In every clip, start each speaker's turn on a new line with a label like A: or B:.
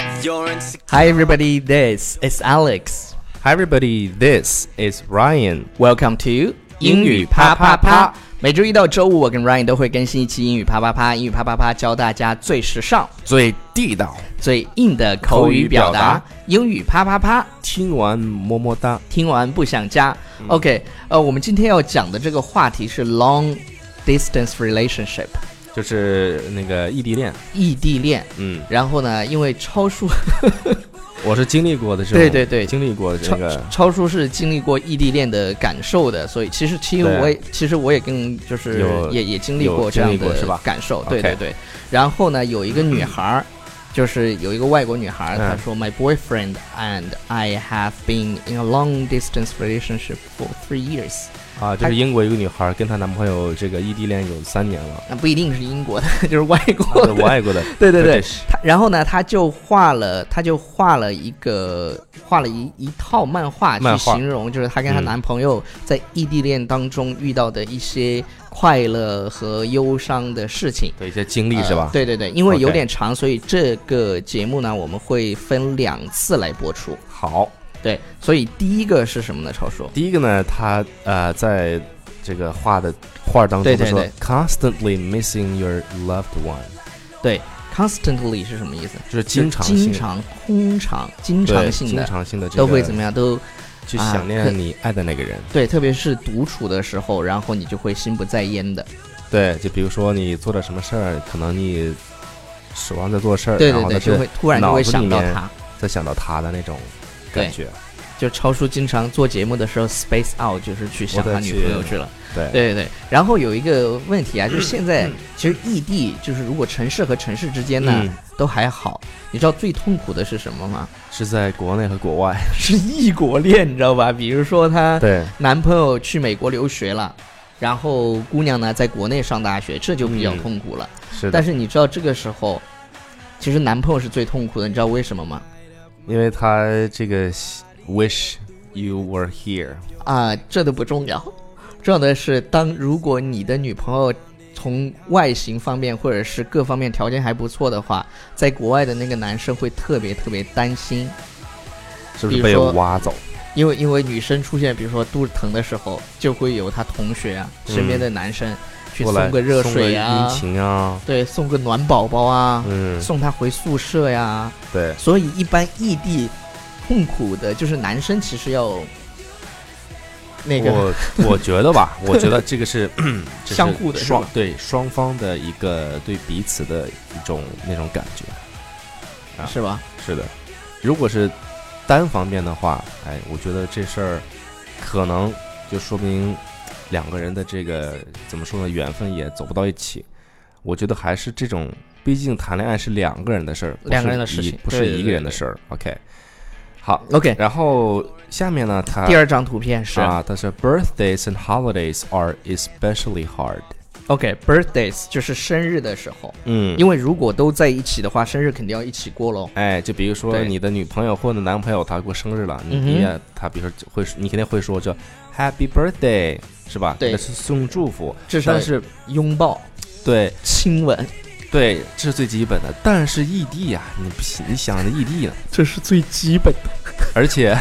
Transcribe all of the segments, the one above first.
A: Hi everybody, this is Alex.
B: Hi everybody, this is Ryan.
A: Welcome to
B: 英语啪啪啪。
A: 每周一到周五，我跟 Ryan 都会更新一期英语啪啪啪。英语啪啪啪教大家最时尚、
B: 最地道，
A: 最硬的口语表达。
B: 口语表达
A: 英语啪啪啪，
B: 听完么么哒。
A: 听完不想加。OK，呃，我们今天要讲的这个话题是 long distance relationship，
B: 就是那个异地恋，
A: 异地恋。
B: 嗯，
A: 然后呢，因为超叔，
B: 我是经历过的这种，
A: 对对对
B: 经历过这
A: 超
B: 个，
A: 超叔是经历过异地恋的感受的，所以其实其实
B: 对啊
A: 我也其实我也跟就是
B: 有
A: 也也经历过
B: 有
A: 这
B: 经
A: 样
B: 历过是
A: 的
B: 吧
A: 感受，对
B: OK
A: 对对。然后呢，有一个女孩儿，就是有一个外国女孩儿，
B: 嗯
A: 她说 My boyfriend and I have been in a long distance relationship for three years。
B: 啊，就是英国一个女孩跟她男朋友这个异地恋有三年了，
A: 那不一定是英国的， 就是外国
B: 我
A: 的。
B: 爱过的，
A: 对对对
B: British，
A: 他然后呢，他就画了，他就画了一个，画了一一套漫画去
B: 漫画
A: 形容，就是她跟她
B: 嗯
A: 男朋友在异地恋当中遇到的一些快乐和忧伤的事情。
B: 对一些经历是
A: 呃
B: 吧？
A: 对对对，因为
B: OK
A: 有点长所以这个节目呢，我们会分两次来播出。
B: 好，
A: 对，所以第一个是什么呢？超叔，
B: 第一个呢，她呃，在这个画的画儿当中
A: 对
B: 她
A: 对
B: 说
A: 对
B: constantly missing your loved one，
A: 对，constantly 是什么意思？
B: 就是经常
A: 经
B: 性。
A: 常、通常、经常
B: 对，
A: 性
B: 经
A: 的
B: 常性的这
A: 都
B: 个
A: 会怎么样？都
B: 去
A: 啊
B: 想
A: 可
B: 念你爱的那个人，
A: 对，特别是独处的时候，然后你就会心不在焉的。
B: 对，就比如说你做了什么事儿，可能你指望在做事儿，
A: 对
B: 然
A: 对
B: 后
A: 对，
B: 但
A: 就是会突然就会想到
B: 脑子里面
A: 他。
B: 在想到他的那种感觉，
A: 就超叔经常做节目的时候 space out，就是去想
B: 我在
A: 他女
B: 去
A: 朋友去了。
B: 对
A: 对对对。然后有一个问题啊，就是现在其实异地，就是如果城市和城市之间呢
B: 嗯
A: 都还好，你知道最痛苦的是什么吗？
B: 是在国内和国外，
A: 是异国恋，你知道吧？比如说她
B: 对，
A: 男朋友去美国留学了，然后姑娘呢在国内上大学，这就比较
B: 嗯
A: 痛苦了。
B: 是的，
A: 但是你知道这个时候，其实男朋友是最痛苦的，你知道为什么吗？
B: 因为他这个 wish you were here，
A: 啊、这都不重要，重要的是当如果你的女朋友从外形方面或者是各方面条件还不错的话，在国外的那个男生会特别特别担心，
B: 是不是
A: 比如
B: 被
A: 说
B: 挖走？
A: 因为因为女生出现比如说肚子疼的时候，就会有他同学啊身边的男生去
B: 嗯过来
A: 送个热水
B: 送
A: 啊
B: 个殷，勤啊，
A: 对，送个暖宝宝啊，
B: 嗯，
A: 送她回宿舍呀、
B: 对，
A: 所以一般异地痛苦的就是男生其实要那个
B: 我我觉得 吧，我觉得这个是这是
A: 相互的是吧
B: 双对双方的一个对彼此的一种那种感觉。啊
A: 是吧？
B: 是的，如果是单方面的话，哎，我觉得这事儿可能就说明两个人的这个怎么说呢，缘分也走不到一起。我觉得还是这种，毕竟谈恋爱是两个人的事儿，不是
A: 两个人的事
B: 一
A: 情
B: 不
A: 对
B: 是
A: 对
B: 一个
A: 对
B: 人的事儿。OK，好，
A: OK，
B: 然后下面呢，他
A: 第二张图片是、
B: 啊啊，他说 birthdays and holidays are especially hard。
A: OK，birthdays 就是生日的时候，
B: 嗯，
A: 因为如果都在一起的话，生日肯定要一起过喽。
B: 哎，就比如说
A: 对
B: 你的女朋友或者男朋友他过生日了，你
A: 嗯哼
B: 你也他比如说会你肯定会说叫 Happy Birthday 是吧？
A: 对
B: 这是送祝福，
A: 至少
B: 但是
A: 拥抱、
B: 对
A: 亲吻，
B: 对，这是最基本的。但是异地呀、你不信你想着异地呢，
A: 这是最基本的。
B: 而 且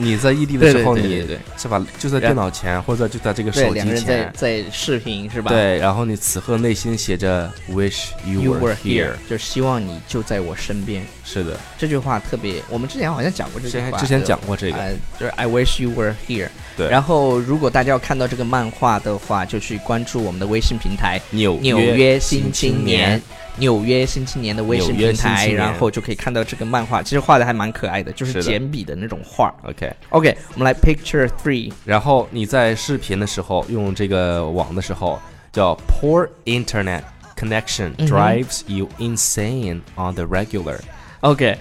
B: 你在异地的
A: 对
B: 时候，
A: 对对
B: 你
A: 对对
B: 是吧？就在电脑前或者就在这个
A: 对，
B: 手
A: 两个
B: 机
A: 人在
B: 前，
A: 在视频是吧？
B: 对，然后你此刻内心写着 Wish
A: ，You
B: you
A: were
B: were
A: here，
B: here，
A: 就是希望你就在我身边。
B: 是的，
A: 这句话特别，我们之前好像讲过这
B: 之
A: 句
B: 前
A: 话，
B: 之前
A: 对吧
B: 讲过这个，
A: 呃，就是 I wish you were here。
B: 对
A: 然后如果大家要看到这个漫画的话，就去关注我们的微信平台
B: 纽
A: 《纽约新青年》。纽约新青年的微信
B: 纽约
A: 平
B: 新青
A: 台，
B: 年
A: 然后就可以看到这个漫画，其实画的还蛮可爱的，就是
B: 是的
A: 简笔的那种画。
B: OK。
A: OK，我们来 Picture Three，
B: 然后你在视频的时候用这个网的时候，叫 poor internet connection
A: 嗯哼
B: drives you insane on the regular，、
A: OK，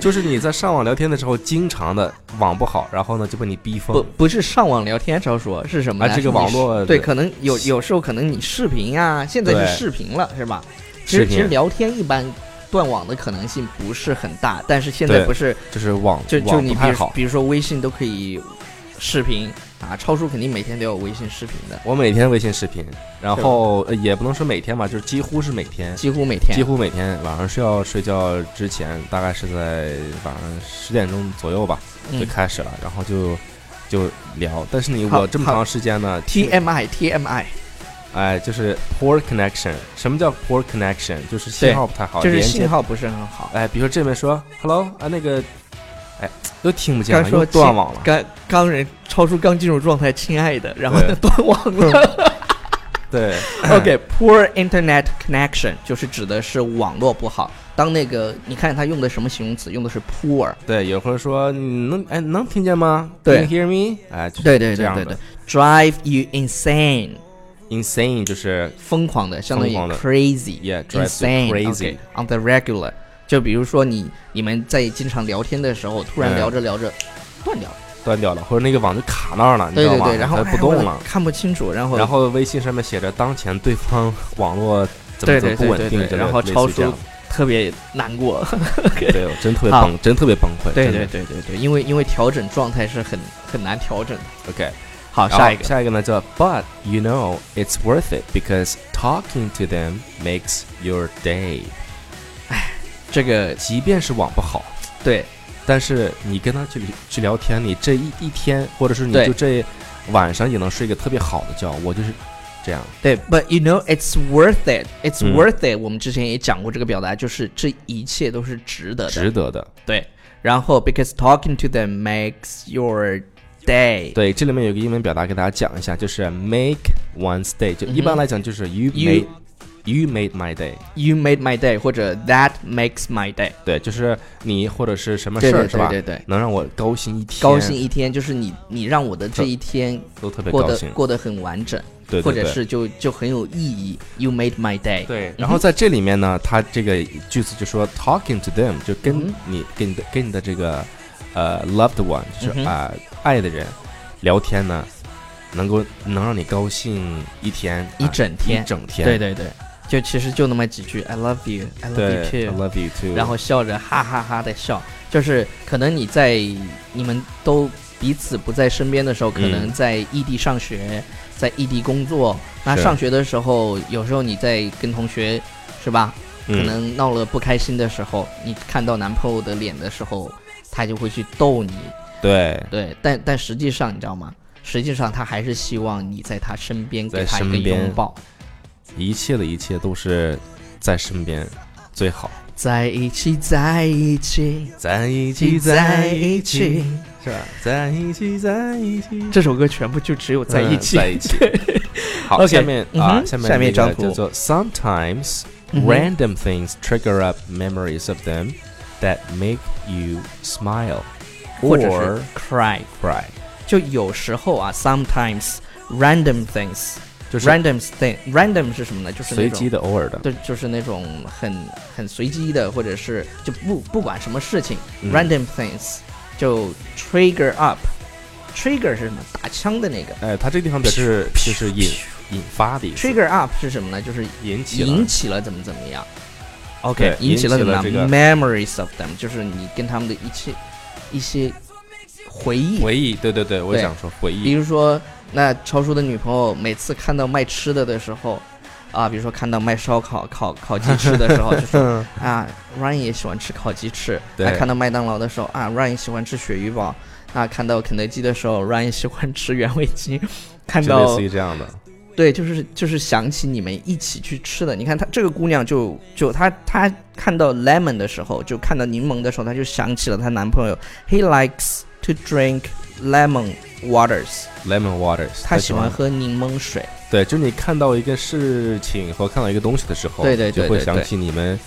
B: 就是你在上网聊天的时候，经常的网不好，然后呢就被你逼
A: 不
B: 疯。
A: 不是上网聊天，超说是什么呢？
B: 啊这个
A: 是你
B: 网络
A: 对，
B: 的
A: 可能有有时候可能你视频啊，现在
B: 对
A: 是视频了是吧？其实
B: 视频
A: 其实聊天一般断网的可能性不是很大，但是现在
B: 对
A: 不是
B: 就是网
A: 就就
B: 网
A: 你
B: 不
A: 比
B: 太
A: 如
B: 好，
A: 比如说微信都可以视频啊，超叔肯定每天都有微信视频的，
B: 我每天微信视频，然
A: 是
B: 后呃也不能说每天吧，就是几乎是每天，
A: 几乎每天
B: 几乎每天晚上睡觉睡觉之前，大概是在晚上十点钟左右吧就
A: 嗯
B: 开始了，然后就就聊。但是你
A: 好
B: 我这么
A: 好
B: 长时间呢，哦
A: TMI TMI
B: 哎，就是 poor connection。什么叫 poor connection？就是
A: 对
B: 信号不太好，
A: 就是
B: 连接
A: 信号不是很好。
B: 哎，比如说这边说 hello 啊，那个，哎，又听不见了，
A: 刚说
B: 又断网了。
A: 刚刚人超叔刚进入状态，亲爱的，然后
B: 对
A: 断网了。
B: 对 哎
A: OK，poor、internet connection 就是指的是网络不好。当那个你看他用的什么形容词，用的是 poor。
B: 对，有会儿说你能哎能听见吗？
A: 对
B: Can you，hear me？哎，就是
A: 对对
B: 这
A: 对
B: 样
A: 对
B: 的
A: 对，drive you insane，
B: insane 就是
A: 疯狂的，相当于
B: 疯狂的
A: crazy。
B: yeah drives
A: insane
B: you
A: okay,
B: crazy。
A: on the regular。就比如说你你们在经常聊天的时候，突然
B: 嗯
A: 聊着聊着断掉了，
B: 断掉了，或者那个网就卡那儿了，你知
A: 对
B: 道
A: 对
B: 吗？
A: 对，然后
B: 它不
A: 哎
B: 动
A: 我
B: 了。
A: 看不清楚，然后
B: 然后微信上面写着当前对方网络怎么
A: 对
B: 怎么
A: 对
B: 不
A: 对
B: 稳
A: 对
B: 定
A: 对
B: 之类的，
A: 然后
B: 类似
A: 超
B: 于这 样
A: 出特别难 过。
B: 对，我真特别
A: 好
B: 崩，真特别崩溃。
A: 对
B: 真
A: 对
B: 的
A: 对对对，因为因为调整状态是很很难调整的。
B: ，OK。
A: 好，
B: 然后
A: 下一个
B: 下一个呢叫 But you know it's worth it because talking to them makes your day。
A: 这个
B: 即便是网不好，
A: 对
B: 但是你跟他去去聊天，你这一一天，或者是你
A: 对
B: 就这晚上也能睡个特别好的觉。我就是这样，
A: 对，But you know it's worth it, it's
B: 嗯
A: worth it、我们之前也讲过这个表达，就是这一切都是值得的。
B: 值得的。
A: 对，然后 because talking to them makes your day。
B: 对，这里面有个英文表达给大家讲一下，就是 make one's day。就一
A: 嗯
B: 般
A: 哼
B: 来讲就是 you
A: You-
B: made you made my day。
A: You made my day，或者 That makes my day。
B: 对，就是你或者是什么
A: 对
B: 事
A: 对
B: 儿是
A: 对
B: 吧？
A: 对对，
B: 能让我高兴一天，
A: 高兴一天就是你，你让我的这一天
B: 都特别
A: 过
B: 高
A: 得
B: 兴。
A: 过得很完整，
B: 对，对
A: 或者
B: 对
A: 是嗯就就很有意义。You made my day。
B: 对，然后在这里面呢，他这个句子就说 talking to them，就跟
A: 嗯
B: 你、跟你的跟你的这个呃 loved one，就是
A: 嗯哼
B: 啊、爱的人聊天呢，能够能让你高兴一天
A: 一
B: 啊
A: 整天
B: 一整天，
A: 对对对，就其实就那么几句，I love you，I love
B: 对
A: you
B: ，I
A: too，
B: love you too，
A: 然后笑着哈哈哈的笑，就是可能你在你们都彼此不在身边的时候，可能
B: 嗯
A: 在异地上学，在异地工作。那
B: 是
A: 上学的时候，有时候你在跟同学是吧，可
B: 嗯
A: 能闹了不开心的时候，你看到男朋友的脸的时候，他就会去逗你，
B: 对，
A: 对，但但实际上你知道吗？实际上他还是希望你在他身边给
B: 在
A: 他一个
B: 身边
A: 拥抱，
B: 一切的一切都是在身边最好，
A: 在一起，在一起，
B: 在一
A: 一起在一起。。
B: 是吧？在一起，在一起，
A: 这首歌全部就只有在一起，
B: 嗯在一 起。好，
A: OK，
B: 下面
A: 嗯
B: 啊，
A: 哼
B: 下面
A: 下面一
B: 这个
A: 张图
B: 叫做 Sometimes
A: 嗯哼
B: random things trigger up memories of them that make you smile
A: 或者
B: or
A: 是 cry。
B: cry，
A: 就有时候啊，sometimes random things，
B: 就是
A: random thing random 是什么呢？就是那
B: 随
A: 种
B: 机的、偶尔的。
A: 对，就是那种很很随机的，或者是就不不管什么事情、
B: 嗯
A: random things 就 trigger up。trigger 是什么？打枪的那个。
B: 哎，它这个地方表示就是引引发的意思，
A: trigger up 是什么呢？就是
B: 引起了
A: 引起了怎么怎么样。
B: OK，
A: 引起了怎么样
B: 这个
A: memories of them，就是你跟他们的一切一些回忆。
B: 回忆。对对对，我
A: 对
B: 想说回
A: 比
B: 忆。
A: 如说，那超叔的女朋友每次看到卖吃的的时候，啊，比如说看到卖烧烤、烤烤鸡翅的 时候，就说
B: 嗯，
A: 啊，Ryan 也喜欢吃烤鸡翅。
B: 对
A: 啊，看到麦当劳的时候，啊，Ryan 也喜欢吃鳕鱼堡。啊，看到肯德基的时候，Ryan 也喜欢吃原味鸡。看
B: 就类
A: 到
B: 似于这样的。
A: 对，就是就是想起你们一起去吃的。你看她这个姑娘就就她她看到 lemon 的时候，就看到柠檬的时候，她就想起了她男朋友。He likes to drink lemon waters。
B: Lemon waters，
A: 他喜欢喝柠檬水。
B: 对，就是你看到一个事情和看到一个东西的时候，
A: 对对对
B: 就会
A: 对
B: 想
A: 对
B: 起你们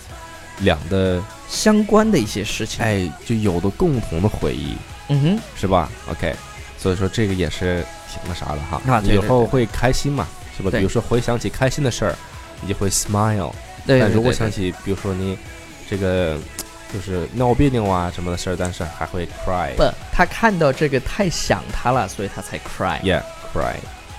B: 俩的
A: 相关的一些事情，
B: 哎，就有的共同的回忆，
A: 嗯哼，
B: 是吧？OK，所以说这个也是挺那啥的哈，
A: 啊
B: 你
A: 对
B: 有
A: 对
B: 时候
A: 对
B: 会开心嘛，是吧？
A: 对
B: 比如说回想起开心的事儿，你就会 smile。
A: 对
B: 哎但如果
A: 对
B: 想起，比如说你这个就是闹别扭啊什么的事儿，但是还会 cry
A: 对。不，他看到这个太想他了，所以他才 cry。
B: Yeah, cry.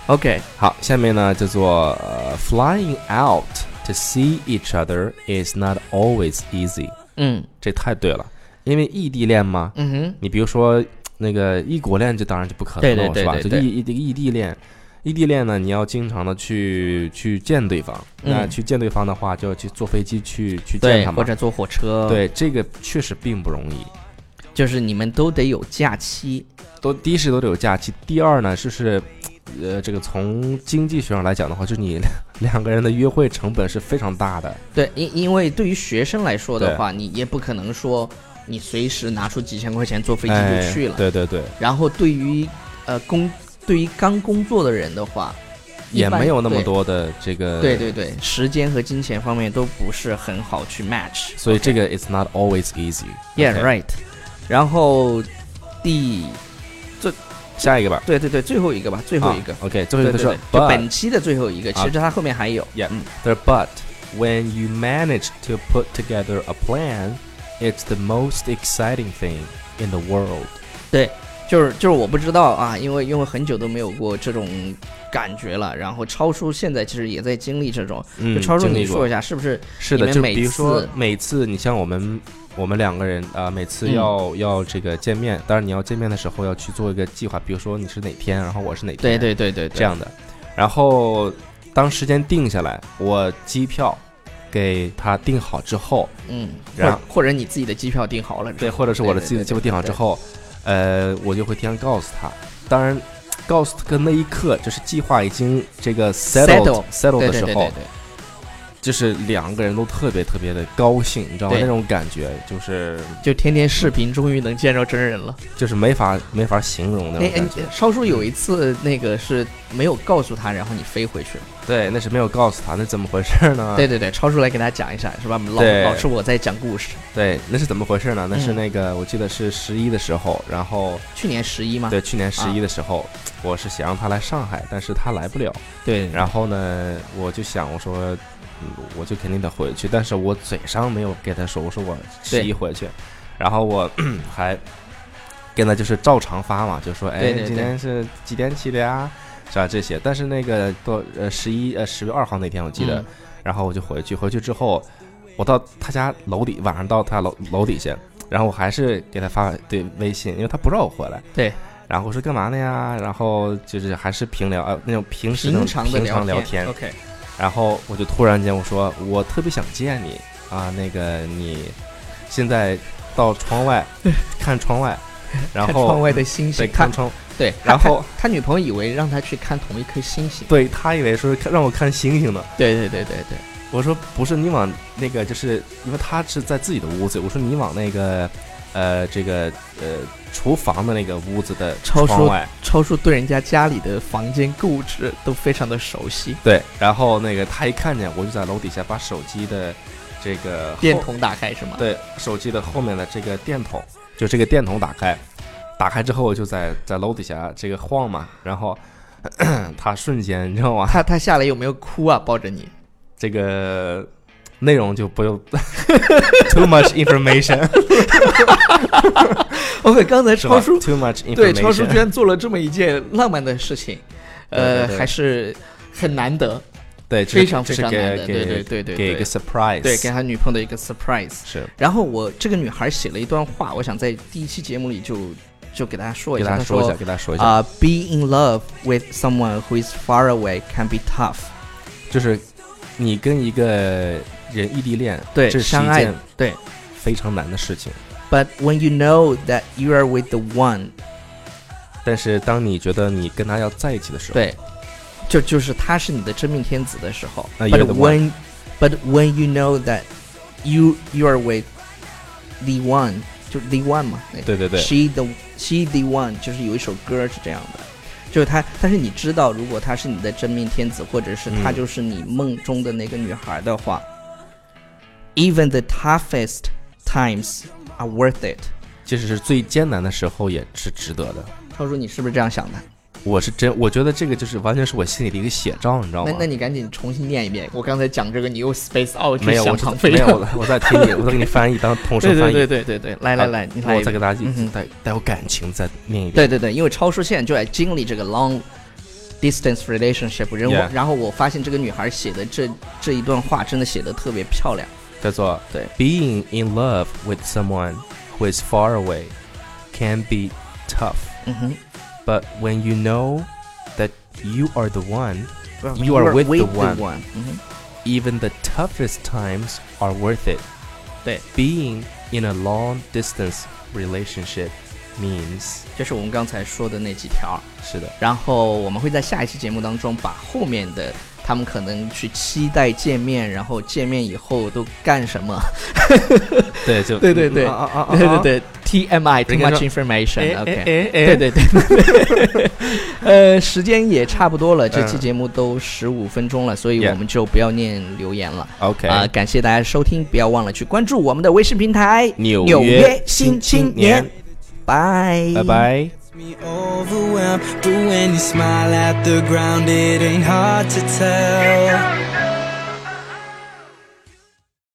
A: OK，
B: 好，下面呢叫做、呃 flying out to see each other is not always easy。
A: 嗯
B: 这太对了，因为异地恋嘛，
A: 嗯哼，
B: 你比如说那个异国恋就当然就不可能
A: 对
B: 了，
A: 对对对
B: 是吧？
A: 对
B: 就异异地异地恋，异地恋呢，你要经常的去去见对方，
A: 嗯
B: 那去见对方的话，就要去坐飞机去去见
A: 对，
B: 他
A: 或
B: 嘛。
A: 者坐火车，，
B: 对，这个确实并不容易。
A: 就是你们都得有假期，
B: 都第一是都得有假期，第二呢就是，呃，这个从经济学上来讲的话，就是你两个人的约会成本是非常大的。
A: 对，因因为对于学生来说的话，你也不可能说你随时拿出几千块钱坐飞机就去了，
B: 哎对对对，
A: 然后对于呃工，对于刚工作的人的话，一
B: 也
A: 般
B: 没有那么
A: 对
B: 多的这个
A: 对对对，时间和金钱方面都不是很好去 match。
B: 所以这个 it's not always easy。
A: Yeah, right。然后第
B: 下一个吧，
A: 对对对，最后一个吧，最后一个
B: 啊，OK，最
A: 对
B: 后一
A: 对
B: 个
A: 对，
B: 是
A: 就
B: but，
A: 本期的最后一个，其
B: 啊
A: 实它后面还有。
B: Yeah
A: 嗯
B: t h e but when you manage to put together a plan, it's the most exciting thing in the world。
A: 就是就是我不知道啊，因为因为很久都没有过这种感觉了。然后超叔现在其实也在经历这种，
B: 嗯
A: 就超叔
B: 经历
A: 你
B: 过
A: 说一下是不是？
B: 是
A: 你
B: 的，
A: 们
B: 就
A: 每
B: 比如说
A: 次
B: 每次你像我们我们两个人啊、每次
A: 嗯
B: 要、要这个见面，当然你要见面的时候要去做一个计划，比如说你是哪天，然后我是哪天，
A: 对对对对对，
B: 这样的。然后当时间定下来，我机票给他定好之后，
A: 嗯，或
B: 然后
A: 者或者你自己的机票订好了，
B: 对，或者是我的
A: 对对
B: 自己的
A: 对
B: 机票定好之后，呃，我就会提前告诉他。当然，告诉他的那一刻，就是计划已经这个 settled
A: Settle，
B: settled
A: 对
B: 的
A: 对
B: 时
A: 对对
B: 候
A: 对，，
B: 就是两个人都特别特别的高兴，你知道吗？
A: 对
B: 那种感觉就是
A: 就天天视频，终于能见着真人了。
B: 就是没法没法形容那种
A: 哎哎
B: 感觉。，
A: 超叔有一次那个是没有告诉他，然后你飞回去了。
B: 对，那是没有告诉他，那怎么回事呢？
A: 对对对，超叔来给大家讲一下，是吧？老
B: 嗯对
A: 老是我在讲故事。
B: 对那是怎么回事呢？那是
A: 嗯
B: 那个我记得是十一的时候，然后
A: 去年十一嘛，
B: 对去年十
A: 啊
B: 一的时候，我是想让他来上海，但是他来不了。
A: 对
B: 然后呢，我就想我说，嗯我就肯定得回去，但是我嘴上没有给他说，我说我十一
A: 对
B: 回去，然后我 还跟他就是照常发嘛，就说哎，
A: 对对对
B: 今天是几点起的呀？是吧？这些，但是那个到呃十一呃十月二号那天我记得，
A: 嗯
B: 然后我就回去，回去之后我到他家楼底，晚上到他楼楼底下，然后我还是给他发对微信，因为他不知道我回来。
A: 对。
B: 然后我说干嘛呢呀？然后就是还是平聊，呃，那种平时那
A: 平
B: 种
A: 常的
B: 平常聊
A: 天。OK，
B: 然后我就突然间我说我特别想见你啊，那个你现在到窗 外看窗外，然
A: 看窗
B: 后
A: 外的星
B: 对
A: 星，
B: 看
A: 看
B: 窗，
A: 对，
B: 然后
A: 他他女朋友以为让他去看同一颗星星。
B: 对他以为说是看让我看星星呢，
A: 对对对对对，
B: 我说不是，你往那个就是因为他是在自己的屋子，我说你往那个呃这个呃厨房的那个屋子的
A: 超
B: 窗
A: 叔
B: 外。
A: 超叔对人家家里的房间购置都非常的熟悉，
B: 对，然后那个他一看见我就在楼底下把手机的这个后
A: 电筒打开是吗？
B: 对手机的后面的这个电筒，就这个电筒打开，打开之后我就在在楼底下这个晃嘛，然后 咳咳他瞬间你知道吗？
A: 他他下来有没有哭啊？抱着你，
B: 这个内容就不用 too much information
A: OK，刚哦才
B: 是吧
A: 超叔
B: ？too much information
A: 对超叔居然做了这么一件浪漫的事情，呃
B: 对对，对
A: 还是很难得，
B: 对这是
A: 非常
B: 这
A: 非
B: 是
A: 常
B: 给
A: 难得。
B: 给
A: 对对对对
B: 给一个
A: 对，
B: surprise
A: 对给他女朋友的一个 surprise。
B: 是
A: 然后我这个女孩写了一段话，我想在第一期节目里就就给大家说一
B: 给
A: 下，
B: 大
A: 她
B: 家说一下，给大家说一下，
A: 啊、b e in love with someone who is far away can be tough。
B: 就是你跟一个人异地恋，
A: 对
B: 这是
A: 相
B: 一
A: 爱
B: 件
A: 对
B: 非常难的事情。
A: But when you know that you are with the one，
B: 但是当你觉得你跟他要在一起的时候，
A: 对，就就是他是你的真命天子的时候。
B: 那
A: but
B: you're the
A: when but when you know that you you are with the one，就是 the one 嘛，那个
B: 对对对
A: She the She the one，就是有一首歌是这样的，就是他，但是你知道，如果他是你的真命天子，或者是他
B: 嗯
A: 就是你梦中的那个女孩的话、e v e n the toughest times are worth it。
B: 即使是最艰难的时候也是值得的。
A: 超叔，你是不是这样想的？
B: 我是真，我觉得这个就是完全是我心里的一个写照，你知道
A: 那
B: 吗？
A: 那你赶紧重新念一遍。我刚才讲这个，你又 space out 去
B: 没有，
A: 想
B: 我是
A: 唐飞
B: 没有，
A: 了。
B: 我我在听你，我在给你翻译，当同
A: 对
B: 时翻
A: 对
B: 译，
A: 对对对对，来来来，你
B: 然后
A: 来
B: 我
A: 一
B: 再给
A: 遍。
B: 大家一
A: 嗯哼
B: 带带有感情再念一遍。
A: 对对对，因为超叔现在就在经历这个 long distance relationship，然后
B: Yeah
A: 然后我发现这个女孩写的这这一段话真的写的特别漂亮。
B: 叫做
A: 对
B: Being in love with someone who is far away can be tough,
A: 嗯哼
B: but when you know that you are the one,
A: Well,
B: You are with the one.
A: one 嗯哼
B: even the toughest times are worth it.
A: 对。
B: Being in a long distance relationship means
A: 就是我们刚才说的那几条。
B: 是的，
A: 然后我们会在下一期节目当中把后面的他们可能去期待见面，然后见面以后都干什么？
B: 对，就
A: 对对对
B: 啊啊啊啊
A: 对对对，TMI too
B: 人家
A: much
B: 说
A: information。
B: 哎
A: OK，
B: 哎哎哎，
A: 对对对 对，呃，时间也差不多了，这期
B: 嗯
A: 节目都十五分钟了，所以
B: Yeah
A: 我们就不要念留言了。
B: ，OK
A: 啊、感谢大家收听，不要忘了去关注我们的微信平台
B: 纽
A: 纽
B: 约
A: 约新青年》。拜
B: 拜拜。
C: me overwhelmed but when you smile at the ground it ain't hard to tell